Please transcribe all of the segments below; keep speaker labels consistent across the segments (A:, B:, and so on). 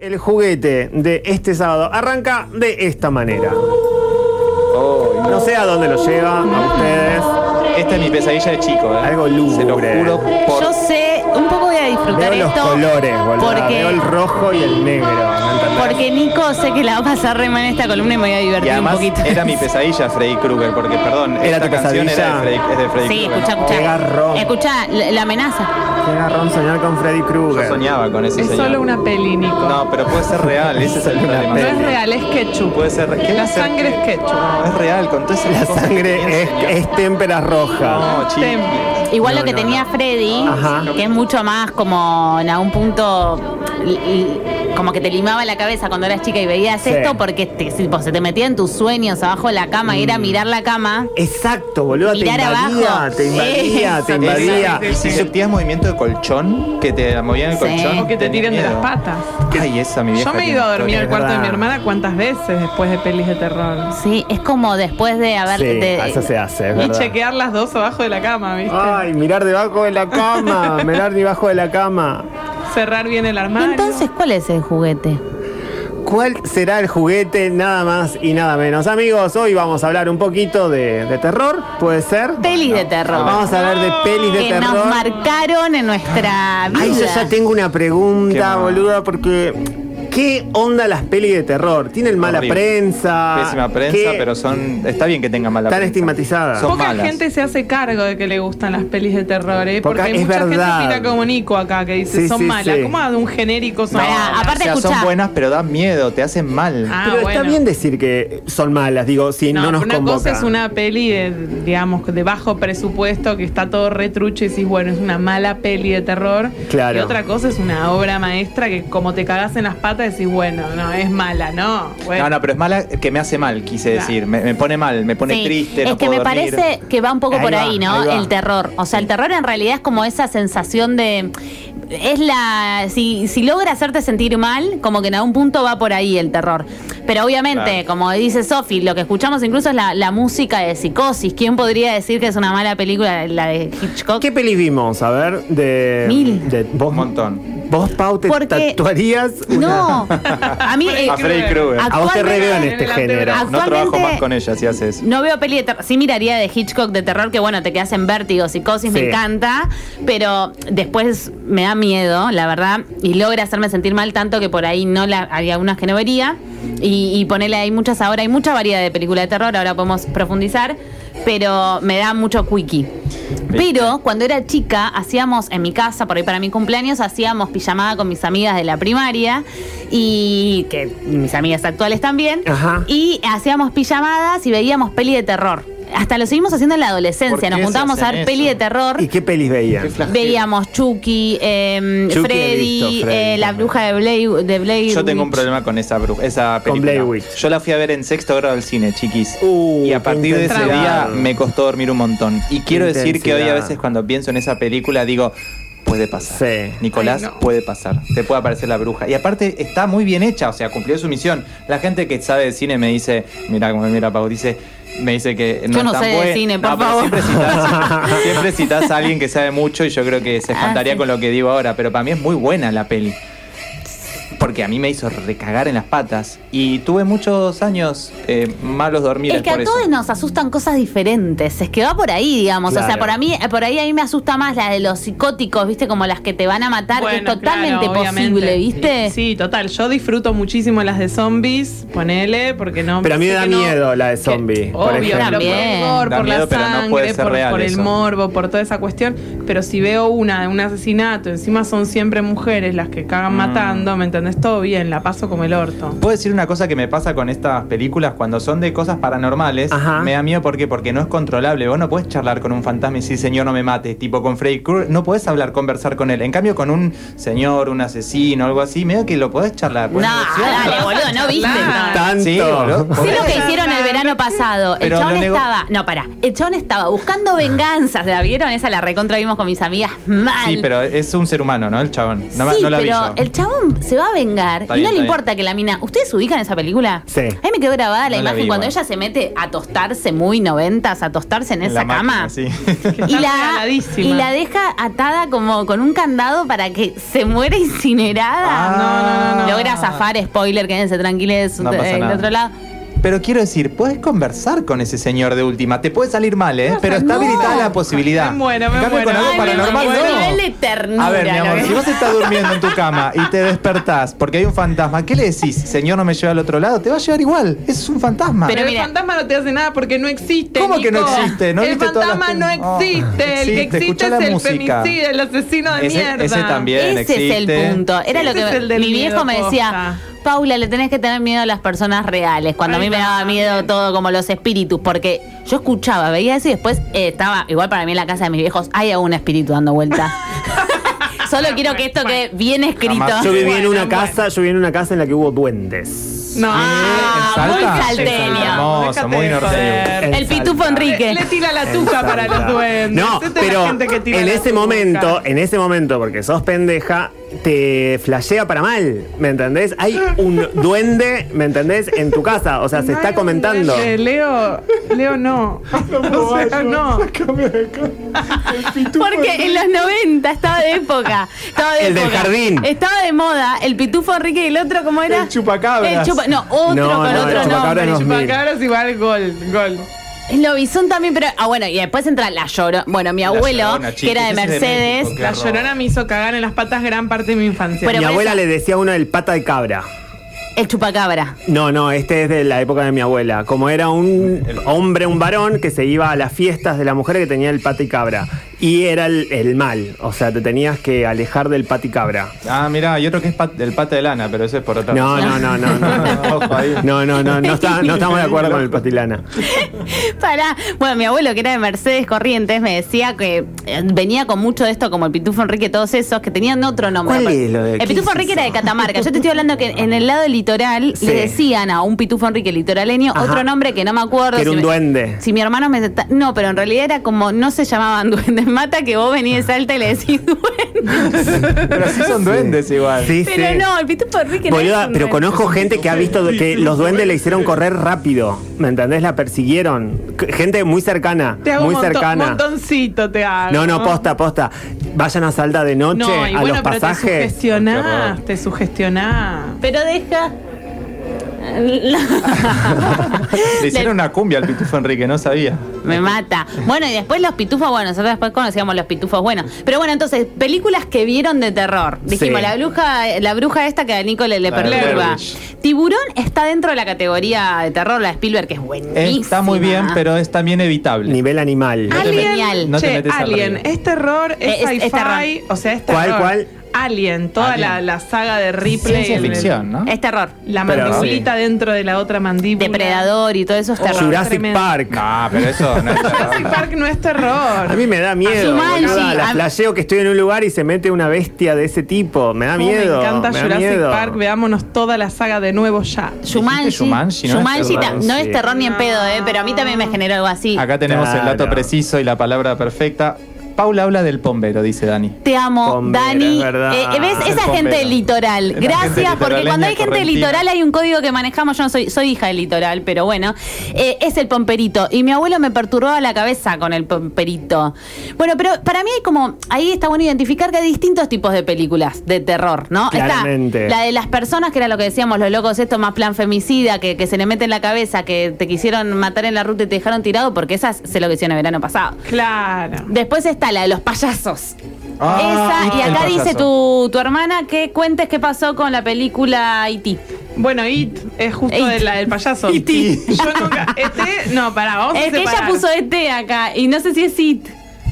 A: el juguete de este sábado arranca de esta manera. No sé a dónde lo lleva a ustedes.
B: Esta es mi pesadilla de chico, ¿eh?
A: Algo lúgubre.
B: Se lo juro por...
C: Yo sé, un poco voy a disfrutar
A: Veo los
C: esto.
A: colores, boludo.
C: porque,
A: Veo el rojo y el negro. ¿me entendés?
C: porque Nico sé que la va a pasar re mal en esta columna y me voy a
B: Y
C: divertir
B: además
C: un poquito.
B: era mi pesadilla Freddy Krueger, porque perdón,
A: ¿Era
B: esta
A: tu
B: canción era de
A: pesadilla?
B: Freddy, es de Freddy
C: Sí,
B: Krueger.
C: escucha,
A: Qué garrón.
C: escucha. Escucha la, la amenaza.
A: Qué garrón soñar con Freddy
B: Yo
A: Krueger.
B: soñaba con ese
D: Es
B: señor.
D: solo una peli, Nico. No,
B: No, pero puede ser real, ese es el problema.
A: peli.
D: es real, es ketchup.
B: Puede ser ¿qué
D: La
B: hace?
D: sangre es ketchup.
B: No, es real, con todas esas
A: La
B: cosas que tiene
A: sangre
B: el
A: es,
B: señor.
A: es témpera roja.
B: No, chico.
D: Tem-
C: Igual
A: No,
C: lo que
A: no,
C: tenía Freddy,
A: Ajá.
C: que es mucho más como en algún punto l- l- como que te limaba la cabeza cuando eras chica y veías
A: Sí.
C: esto porque te- tipo, se te metía en tus sueños abajo de la cama y
A: Mm.
C: era mirar la cama.
A: Exacto, boludo. Te
C: Mirar
A: invadía,
C: abajo.
A: te invadía,
C: Eso,
A: te invadía.
D: exactamente.
B: Si sentías movimiento de colchón, que te movían el
C: Sí.
B: colchón.
C: O
D: Que te
B: tenía
D: tiren de las
B: miedo.
D: patas.
B: Ay, esa mi vieja.
D: Yo me he
B: tiene
D: ido a dormir
B: historia.
D: al cuarto de mi
A: verdad.
D: hermana cuántas veces después de pelis de terror.
C: Sí, es como después de haber...
A: Sí,
C: de-
A: eso se hace, es
D: Y
A: verdad.
D: chequear las dos abajo de la cama, ¿viste?
A: Ay, mirar debajo de la cama, mirar debajo de la cama.
B: Ah.
D: Cerrar bien el armario.
C: Entonces, ¿cuál es el juguete?
A: ¿Cuál será el juguete? Nada más y nada menos. Amigos, hoy vamos a hablar un poquito de, de terror, ¿puede ser?
C: Pelis de terror.
A: Vamos a hablar de pelis de
C: que
A: terror.
C: nos marcaron en nuestra vida.
A: Ay, yo ya tengo una
B: Qué
A: pregunta,
B: mal.
A: boluda, porque ¿qué onda las pelis de terror? ¿Tienen mala
B: Horrible.
A: prensa?
B: Pésima prensa,
A: ¿Qué-
B: pero son. Está bien que tengan mala
A: Ah, Están
B: prensa.
A: estigmatizadas.
B: Son
D: Poca
B: malas.
D: gente se hace cargo de que le gustan las pelis de terror, ¿eh? Porque
A: Poca-
D: hay
A: es
D: mucha
A: verdad.
D: gente opina como Nico acá, que dice,
A: Sí,
D: son
A: sí,
D: malas.
A: sí.
D: ¿Cómo de un genérico son
C: Pará,
D: malas?
C: aparte-
B: O sea, son
C: escuchá.
B: buenas, pero dan miedo, te hacen mal.
D: Ah,
A: pero está
D: bueno.
A: bien decir que son malas, digo, si no, nos
D: una
A: convoca.
D: cosa es una peli de, digamos, de bajo presupuesto que está todo retrucho y decís, bueno, es una mala peli de terror.
A: Claro.
D: Y otra cosa es una obra maestra que como te cagás en las patas decís, bueno, no, es mala, no. Bueno,
B: No, no, pero es mala que me hace mal, quise
D: Claro.
B: decir. Me, me pone mal, me pone
C: Sí,
B: triste.
C: es
B: no
C: que
B: puedo
C: me
B: dormir.
C: parece que va un poco
A: Ahí
C: por
A: va,
C: ahí,
A: ahí
C: ¿no?
A: va.
C: el terror. O sea, el terror en realidad es como esa sensación de. Es la. Si, si logra hacerte sentir mal, como que en algún punto va por ahí el terror. Pero obviamente,
B: Claro.
C: como dice Sofi, lo que escuchamos incluso es la, la música de psicosis. ¿Quién podría decir que es una mala película la de Hitchcock?
A: ¿Qué pelis vimos? A ver, de.
C: Mil.
A: de- vos,
B: Un montón.
A: ¿Vos, Pau, te
C: Porque-
A: tatuarías? una-
C: No, a mí. eh,
B: A Freddy Krueger.
C: Ah,
A: A vos te
C: Actualmente-
A: reveo en este
D: en la
A: género.
B: No
D: tele-
B: trabajo
C: actualmente-
B: más con ella si hace eso.
C: No veo peli de terror. Sí miraría de Hitchcock de terror, que bueno, te quedas en vértigo, psicosis,
A: Sí.
C: me encanta. Pero después me da miedo, la verdad. Y logra hacerme sentir mal tanto que por ahí no la, hay algunas que no vería. Y, y ponele, hay muchas ahora, hay mucha variedad de películas de terror, ahora podemos profundizar. Pero me da mucho quickie. Pero cuando era chica, hacíamos en mi casa, por ahí para mi cumpleaños, hacíamos pijamada con mis amigas de la primaria y que mis amigas actuales también.
A: Ajá.
C: Y hacíamos pijamadas y veíamos peli de terror. Hasta lo seguimos haciendo en la
B: ¿Por qué
C: adolescencia. Nos
B: se
C: juntábamos a
B: hacen
C: ver
B: eso?
C: peli de terror.
A: ¿Y qué pelis veían?
B: Qué flagelo.
C: Veíamos Chucky, em,
A: Chucky he visto,
C: Freddy,
A: Freddy
C: eh, la
A: también.
C: bruja de Blade. De Blair
B: Yo tengo un
C: Witch.
B: problema con esa, bru- esa
A: Con
B: película.
A: Blair Witch.
B: Yo la fui a ver en sexto grado del cine, chiquis.
A: Uh,
B: y a
A: qué
B: partir de ese día
A: intensidad.
B: me costó dormir un montón. Y quiero decir que hoy a
A: intensidad.
B: veces cuando pienso en esa película digo, puede pasar.
A: Sí.
B: Nicolás,
D: Ay, no.
B: puede pasar. Te puede aparecer la bruja. Y aparte está muy bien hecha, o sea, cumplió su misión. La gente que sabe de cine me dice, mira cómo me mira Pau, dice... Me dice que no
C: Yo no
B: es tan
C: sé de
B: buen-
C: cine, por
B: No, pero
C: favor.
B: Siempre citas, siempre citás a alguien que sabe mucho y yo creo que se
C: Ah,
B: espantaría
C: sí.
B: con lo que digo ahora. Pero para mí es muy buena la peli. Porque a mí me hizo recagar en las patas. Y tuve muchos años eh, malos dormidos
C: Es que
B: por
C: a
B: eso.
C: todos nos asustan cosas diferentes. Es que va por ahí, digamos. O sea,
A: Claro.
C: por, a mí, eh, por ahí a mí me asusta más la de los psicóticos, ¿viste? Como las que te van a matar. que es
D: Bueno,
C: totalmente
D: claro, obviamente.
C: posible, ¿viste?
D: Sí, total. Yo disfruto muchísimo las de zombies, ponele, porque no.
A: Pero a mí me
D: sé
A: da
D: que no-
A: miedo la de zombie,
D: que-
A: por
D: obvio,
A: ejemplo.
D: pero
C: También.
D: Por, el gore,
B: Da
D: por
B: miedo,
D: la
B: pero no
D: sangre,
B: puede ser
D: por,
B: real
D: por el
B: eso.
D: morbo, por toda esa cuestión. Pero si veo una de un asesinato, encima son siempre mujeres las que
B: Mm.
D: cagan matando, ¿me entendés? Todo bien, la paso como el orto.
B: Puedo decir una cosa que me pasa con estas películas cuando son de cosas paranormales.
A: Ajá.
B: Me da miedo ¿por qué? porque no es controlable. Vos no puedes charlar con un fantasma y decir, señor, no me mates. Tipo con Freddy Krueger, no puedes hablar, conversar con él. En cambio, con un señor, un asesino, algo así, medio que lo podés charlar.
C: No,
B: podés negociar.
C: dale, boludo, no viste.
D: Claro.
C: no.
A: Tanto.
B: Sí, boludo.
C: Sí,
B: Podés-
C: lo que hicieron el verano pasado. El
B: Pero
C: chabón
B: lo nego-
C: estaba. No, pará. El chabón estaba buscando venganzas. ¿La vieron? Esa la recontra vimos con mis amigas mal.
B: Sí, pero es un ser humano, ¿no? El chabón. No, me-
C: Sí,
B: no la vi
C: pero
B: yo.
C: el chabón se va a vengar
B: Está
C: y
B: bien,
C: no le
B: está
C: importa que la mina. ¿Ustedes ubican esa película?
A: Sí.
C: A mí me quedó grabada la
B: No la
C: imagen
B: vi,
C: cuando
B: igual.
C: ella se mete a tostarse muy noventas, a tostarse en esa
B: La máquina,
C: cama.
B: sí.
C: Y
D: Está
C: la,
D: regaladísima.
C: y la deja atada como con un candado para que se muera incinerada.
B: Ah, no, no, no, no.
C: Logra zafar, spoiler, quédense tranquiles
B: No
C: eh,
B: pasa
C: del
B: nada.
C: otro lado.
B: Pero quiero decir, puedes conversar con ese señor de última. Te puede salir mal, ¿eh?
D: No,
B: Pero está
D: no.
B: habilitada la posibilidad.
D: Me muero, me
B: En cambio, con
D: muero.
B: algo
D: Ay, me
B: paranormal,
D: muero.
B: no.
C: Nivel de ternura,
B: A ver, mi
C: lo
B: amor,
C: que-
B: si vos estás durmiendo en tu cama y te despertás porque hay un fantasma, ¿qué le decís? Señor, no me lleva al otro lado. Te va a llevar igual. Es un fantasma.
C: Pero
D: Pero,
C: mira.
D: el fantasma no te hace nada porque no existe.
B: ¿Cómo que no
D: Nico?
B: existe? ¿No
D: el
B: viste todas las
D: fantasma no
B: películas?
D: existe.
B: Oh,
D: el que
B: existe,
D: existe
B: escuchá
D: es
B: la
D: el
B: música.
D: femicida, el asesino de
B: Ese-
D: mierda.
B: ese también.
C: Ese
B: Bien,
C: es
B: existe.
C: el punto. Era lo
D: Ese es
C: que
D: el del
C: mi
D: miedo,
C: viejo me decía, Paula, le tenés que tener miedo a las personas reales. Cuando a
D: Ahí
C: mí me
D: va,
C: daba miedo
D: bien.
C: todo como los espíritus, porque yo escuchaba, veía eso y después eh, estaba, igual para mí en la casa de mis viejos, hay algún espíritu dando vuelta. Solo quiero que esto quede bien escrito.
B: Jamás.
A: Yo viví en una
D: Ah, Bueno,
A: casa, yo viví en una casa en la que hubo duendes.
D: No,
C: Ah,
B: ¿En Salta?
C: muy salteño.
B: En Salta, Hermoso,
D: Déjate
B: muy
D: de
B: norteño.
D: joder.
A: En
C: El pitufo
A: Salta.
C: Enrique.
D: Le, le tira la tuca
A: Exacto.
D: para los duendes.
A: No,
D: Esta es la
A: pero
D: gente que tira
A: en
D: la
A: ese
D: tuca.
A: momento, eh, en ese momento, porque sos pendeja, te flashea para mal, ¿me entendés? Hay un duende, ¿me entendés? En tu casa, o sea, se
D: No hay
A: está
D: un
A: comentando.
D: duende. eh, Leo, Leo no. o sea, no.
C: Porque en los 90 estaba de época. Estaba de
A: El del
C: época.
A: jardín.
C: Estaba de moda el pitufo Enrique y el otro, ¿cómo era?
B: El chupacabras.
C: El chupa- no, otro
A: No,
C: con
A: no, el
C: otro
A: chupacabras
C: nombre.
A: no.
D: Chupacabras igual gol, gol.
C: El lobizón también, pero. Ah, bueno, y después entra la llorona. Bueno, mi abuelo,
B: Llorona,
C: que era de
B: chicos, ese es de
C: Mercedes.
B: México,
D: La llorona me hizo cagar en las patas gran parte de mi infancia.
C: Pero
A: Mi
C: por
A: abuela
C: eso-
D: pues,
A: le decía uno del pata de cabra.
C: el chupacabra.
A: No, no, este es de la época de mi abuela. Como era un hombre, un varón que se iba a las fiestas de la mujer que tenía el pata y cabra. Y era el, el mal, o sea, te tenías que alejar del pata y cabra.
B: Ah, mirá, hay otro que es pat- el pata de lana, pero eso es por otra
A: No, no, no, no, no.
B: Ojo ahí.
A: No, no, no, no, está- no estamos de acuerdo con el patilana.
C: Pará. Bueno, mi abuelo, que era de Mercedes Corrientes, me decía que eh, venía con mucho de esto, como el Pitufo Enrique, todos esos, que tenían otro nombre.
A: ¿Cuál es lo de-
C: el
A: qué
C: Pitufo
A: es
C: Enrique
A: eso?
C: era de Catamarca. Yo te estoy hablando que en el lado del litoral
A: Sí.
C: le decían a un Pitufo Enrique litoraleño
A: Ajá.
C: otro nombre que no me acuerdo.
A: Que era un
C: si me-
A: duende.
C: Si mi hermano me. senta- No, pero en realidad era como. No se llamaban duendes. Mata que vos venís de Salta y le decís duendes.
B: Pero sí son duendes igual.
A: Sí,
C: Pero
A: sí.
C: no, el Pitufo Enrique no
A: Boluda,
C: es un
A: pero
C: duende.
A: conozco gente que ha visto que los duendes le hicieron correr rápido. ¿Me entendés? La persiguieron. C- Gente muy cercana.
D: te hago
A: Muy
D: un monto-
A: cercana.
D: montoncito, te hago.
A: No, no, posta, posta. Vayan a Salta de noche,
D: No, y
A: a
D: bueno,
A: los
D: pero te
A: pasajes.
D: sugestionás, te sugestionás.
C: Pero deja.
B: Le hicieron una cumbia al Pitufo Enrique, no sabía.
C: Me mata. Bueno, y después los pitufos, bueno, nosotros después conocíamos los pitufos buenos. Pero bueno, entonces, películas que vieron de terror. Dijimos,
A: Sí.
C: la bruja, la bruja esta que a Nico le, le
B: La de
C: perturba.
B: Blair
C: Tiburón está dentro de la categoría de terror, la de Spielberg, que es buenísima.
B: Está muy bien, pero es también evitable.
A: Nivel animal.
C: Ah,
B: te
C: Alien.
B: metes-
C: Genial.
B: no te
D: che,
B: metes al
D: Alien,
B: río.
D: es terror, es,
C: Eh, es- es
D: sci-fi,
C: terror.
D: o sea, es
A: ¿Cuál,
D: terror.
A: cuál?
D: Alien, toda
B: Alien.
D: La, la saga de Ripley.
B: Ciencia
D: el-
B: ficción, ¿no?
C: Es terror.
D: La
A: Pero-
D: mandibulita denturo de la otra mandíbula.
C: Depredador y todo eso es
D: Oh,
C: terror.
A: Jurassic
D: tremendo.
A: Park.
B: No, pero eso no es
D: Jurassic Park no es
A: A
D: terror.
A: mí me da miedo.
C: Jumanji,
A: boluda.
C: a
A: La
C: mí-
A: flasheo que estoy en un lugar y se mete una bestia de ese tipo. Me da
D: Cómo
A: miedo.
D: Oh, me encanta
A: da
D: Jurassic
A: miedo.
D: Park, veámonos toda la saga de nuevo ya.
C: Shumanji.
B: Dijiste Jumanji, no es
C: Jumanji
B: terror.
C: ta- no es terror ni en
D: No.
C: pedo, eh, pero a mí también me generó algo así.
B: Acá tenemos el dato
A: Claro.
B: preciso y la palabra perfecta. Paula habla del pombero, dice Dani.
C: Te amo,
A: Bombera,
C: Dani.
A: es verdad.
C: Eh, ¿Ves?
B: Es
C: Esa
B: bombera.
C: gente del litoral.
B: Es la gente
C: Gracias, porque
B: litoraleña
C: cuando hay gente del
B: correntina.
C: litoral hay un código que manejamos. Yo no soy, soy hija del litoral, pero bueno. Eh, es el pomperito. Y mi abuelo me perturbaba la cabeza con el pomperito. Bueno, pero para mí hay como. Ahí está bueno identificar que hay distintos tipos de películas de terror, ¿no?
A: Claramente.
C: Está la de las personas, que era lo que decíamos, los locos, esto más plan femicida, que, que se le mete en la cabeza, que te quisieron matar en la ruta y te dejaron tirado, porque esas sé lo que hicieron el verano pasado.
D: Claro.
C: Después está la de los payasos.
B: Ah,
C: Esa, y
B: el
C: acá
B: payaso.
C: dice tu, tu hermana que cuentes qué pasó con la película E IT.
D: Bueno, It es justo
C: It.
D: de la del payaso.
B: E.T..
D: Yo nunca. Este, no, pará, vamos a
C: Es que ella
D: separar.
C: puso ET acá y no sé si es IT.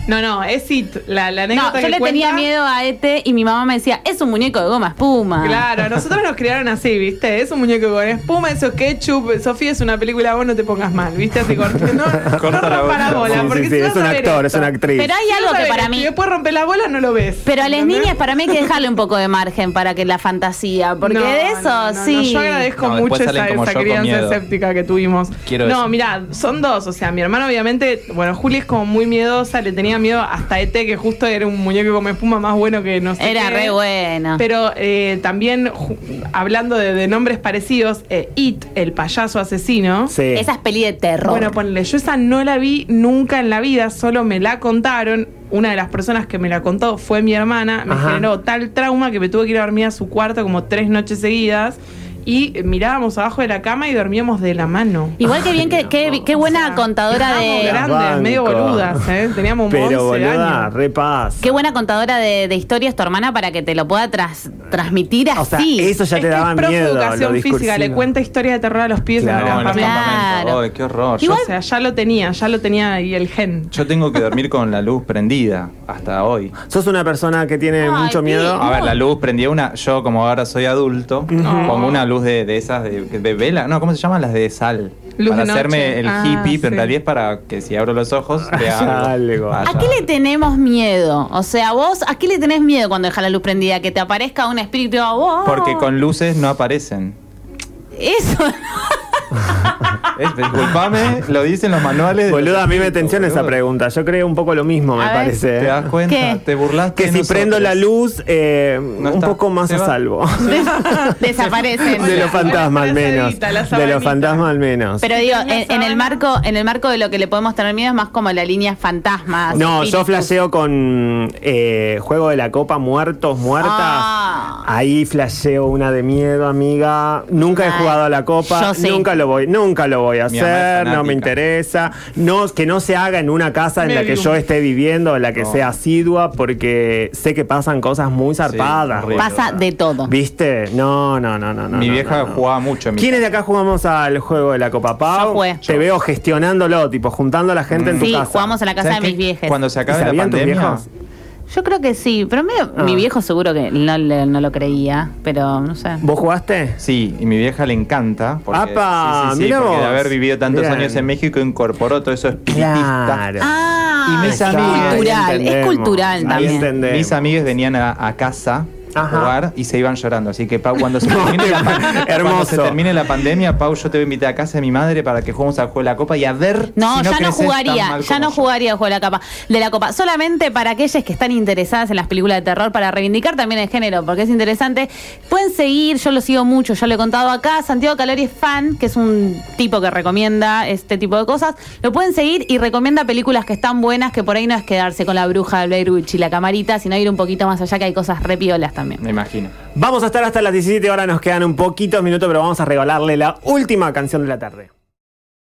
D: No, no, es It. La, la anécdota
C: No, yo
D: que
C: le tenía
D: cuenta-
C: miedo a ET y mi mamá me decía, es un muñeco de goma
B: Ah.
C: espuma.
D: Claro, a nosotros nos criaron así, ¿viste? Es un muñeco con espuma, eso es ketchup. Sofía es una película, vos no te pongas mal, ¿viste? Así corta, no,
B: Corta
D: no
B: la
D: rompa
B: bola.
D: la bola.
A: Sí, sí,
D: porque
A: sí,
D: si vas
A: es un
D: a ver
A: actor, es
D: esto-
A: una actriz.
C: Pero hay algo
D: vas a
C: que
D: ver
C: para
D: esto
C: mí...
D: y después rompe la bola, no lo ves.
C: Pero a las
D: ¿entendés?
C: niñas para mí hay que dejarle un poco de margen para que la fantasía, porque
D: No,
C: de eso
D: no, no, no,
C: sí...
D: yo agradezco
B: No, después
D: mucho
B: salen
D: esa,
B: como
D: esa
B: yo con
D: crianza
B: miedo.
D: escéptica que tuvimos.
B: Quiero
D: no,
B: eso.
D: mirá, son dos. O sea, mi hermano obviamente, bueno, Juli es como muy miedosa, le tenía tenía miedo hasta ET, que justo era un muñeco como espuma más bueno que no sé.
C: Era
D: qué.
C: re bueno.
D: Pero eh, también, ju- hablando de, de nombres parecidos, eh, It, el payaso asesino.
A: Sí.
C: Esas pelis de terror.
D: Bueno, ponle, yo esa no la vi nunca en la vida, solo me la contaron. Una de las personas que me la contó fue mi hermana, me
A: Ajá.
D: generó tal trauma que me tuve que ir a dormir a su cuarto como tres noches seguidas y mirábamos abajo de la cama y dormíamos de la mano.
C: Igual que bien, que, que- qué buena
D: O sea,
C: contadora
D: estábamos
C: de.
A: gran-
D: grandes,
A: Banco.
D: medio boludas, ¿eh? Teníamos
A: Pero
D: 11
A: boluda,
D: años.
A: repaz.
C: Qué buena contadora de, de historias tu hermana para que te lo pueda tras- transmitir así.
A: O sea, eso ya
D: Es
A: te
D: que es
A: daba
D: profe
A: miedo.
D: educación
A: lo
D: física, le
A: discursivo.
D: cuenta historia de terror a los pibes
A: Claro,
D: en
B: No,
D: el
B: en los
D: campamento.
C: Claro.
B: campamentos. Ay, qué horror. Yo,
C: Igual-
D: O sea, ya lo tenía, ya lo tenía ahí el gen.
B: yo tengo que dormir con la luz prendida hasta hoy.
A: ¿Sos una persona que tiene
C: Ay,
A: mucho
C: sí.
A: miedo?
B: A ver, la luz prendía una. Yo, como ahora soy adulto, pongo una luz de, de esas de, de vela. No, ¿cómo se llaman? Las de sal.
D: Luz
B: para
D: de
B: hacerme
D: noche.
B: el
D: Ah,
B: hippie, pero
D: sí.
B: en realidad es para que si abro los ojos vea
A: Haya algo.
B: Haya-
A: ¿A
C: ¿A qué le tenemos miedo? O sea, vos, ¿a qué le tenés miedo cuando dejas la luz prendida? Que te aparezca un espíritu a vos.
B: Porque con luces no aparecen.
C: Eso.
B: Es- disculpame, lo dicen los manuales. de los
A: Boluda, a mí me
B: espíritus,
A: tensiona esa
B: boludo.
A: pregunta. Yo creo un poco lo mismo, me
C: A ver.
A: parece. ¿eh?
B: ¿Te das cuenta?
C: ¿Qué?
B: Te burlaste.
A: Que
B: de
A: si
B: nosotros.
A: prendo la luz, eh, un
B: está.
A: poco más
B: Se
A: a
B: va.
A: salvo.
C: Desaparecen.
A: De
D: Hola,
A: los fantasmas
D: hola,
A: al menos.
D: saladita, la
A: De los
D: sabanita.
A: fantasmas al menos.
C: Pero digo, en,
D: tenés la
C: en el
D: sábana.
C: marco, en el marco de lo que le podemos tener miedo es más como la línea fantasmas.
A: No, yo
C: espíritus.
A: flasheo con eh, Juego de la Copa, Muertos, Muertas.
C: Ah.
A: Ahí flasheo una de miedo, amiga. Nunca he
C: Mal.
A: jugado a la Copa,
C: Yo sí.
A: nunca lo voy, nunca lo voy a
B: Mi mamá es
A: hacer, no me
B: fanática.
A: interesa. No, que no se haga en una casa en la que
D: Medium.
A: yo esté viviendo, en la que
B: No.
A: sea asidua, porque sé que pasan cosas muy zarpadas.
B: horrible.
C: Pasa de todo.
A: ¿Viste? No, no, no, no. no,
B: Mi
A: no,
B: vieja
A: no, no.
B: jugaba mucho en mi
A: ¿Quiénes de
B: casa.
A: acá jugamos al juego de la Copa Pau?
C: jugué.
A: Te veo gestionándolo, tipo, juntando a la gente en tu
C: Sí,
A: casa.
C: jugamos a la casa de
B: ¿Sabes
C: mis
B: qué?
C: viejes.
B: Cuando se acabe la
A: ¿Sabían tus
B: pandemia.
A: viejos?
C: Yo creo que sí, pero medio-
A: Ah.
C: mi viejo seguro que no, le- no lo creía, pero no sé.
A: ¿Vos jugaste?
B: Sí, y mi vieja le encanta. Porque,
A: ¡Apa!
B: Sí, sí, sí,
A: Mirá
B: porque
A: vos.
B: de haber vivido tantos
A: Bien.
B: años en México incorporó todo eso espiritista.
A: Claro.
C: Ah,
B: Y mis
C: es
B: amigas-
A: Ahí
C: cultural, es
A: entendemos,
C: cultural
A: ahí
C: también.
A: entendemos.
B: Mis amigos venían a, a casa a
A: Ajá.
B: jugar y se iban llorando. Así que, Pau, cuando se, termine la, pan- cuando se
A: Hermoso.
B: termine la pandemia, Pau, yo te voy a invitar a casa de mi madre para que juguemos al juego de la copa y a ver.
C: No,
B: si
C: ya no
B: creces tan
C: jugaría,
B: mal
C: ya
B: como
C: no
B: yo.
C: jugaría el juego de la capa, de la copa. Solamente para aquellas que están interesadas en las películas de terror, para reivindicar también el género, porque es interesante. Pueden seguir, yo lo sigo mucho, ya lo he contado acá. Santiago Calori es fan, que es un tipo que recomienda este tipo de cosas. Lo pueden seguir y recomienda películas que están buenas, que por ahí no es quedarse con la bruja de Blair Witch y la camarita, sino ir un poquito más allá, que hay cosas repiolas también.
B: Me imagino.
A: Vamos a estar hasta las 17 horas, nos quedan un poquitos minutos, pero vamos a regalarle la última canción de la tarde.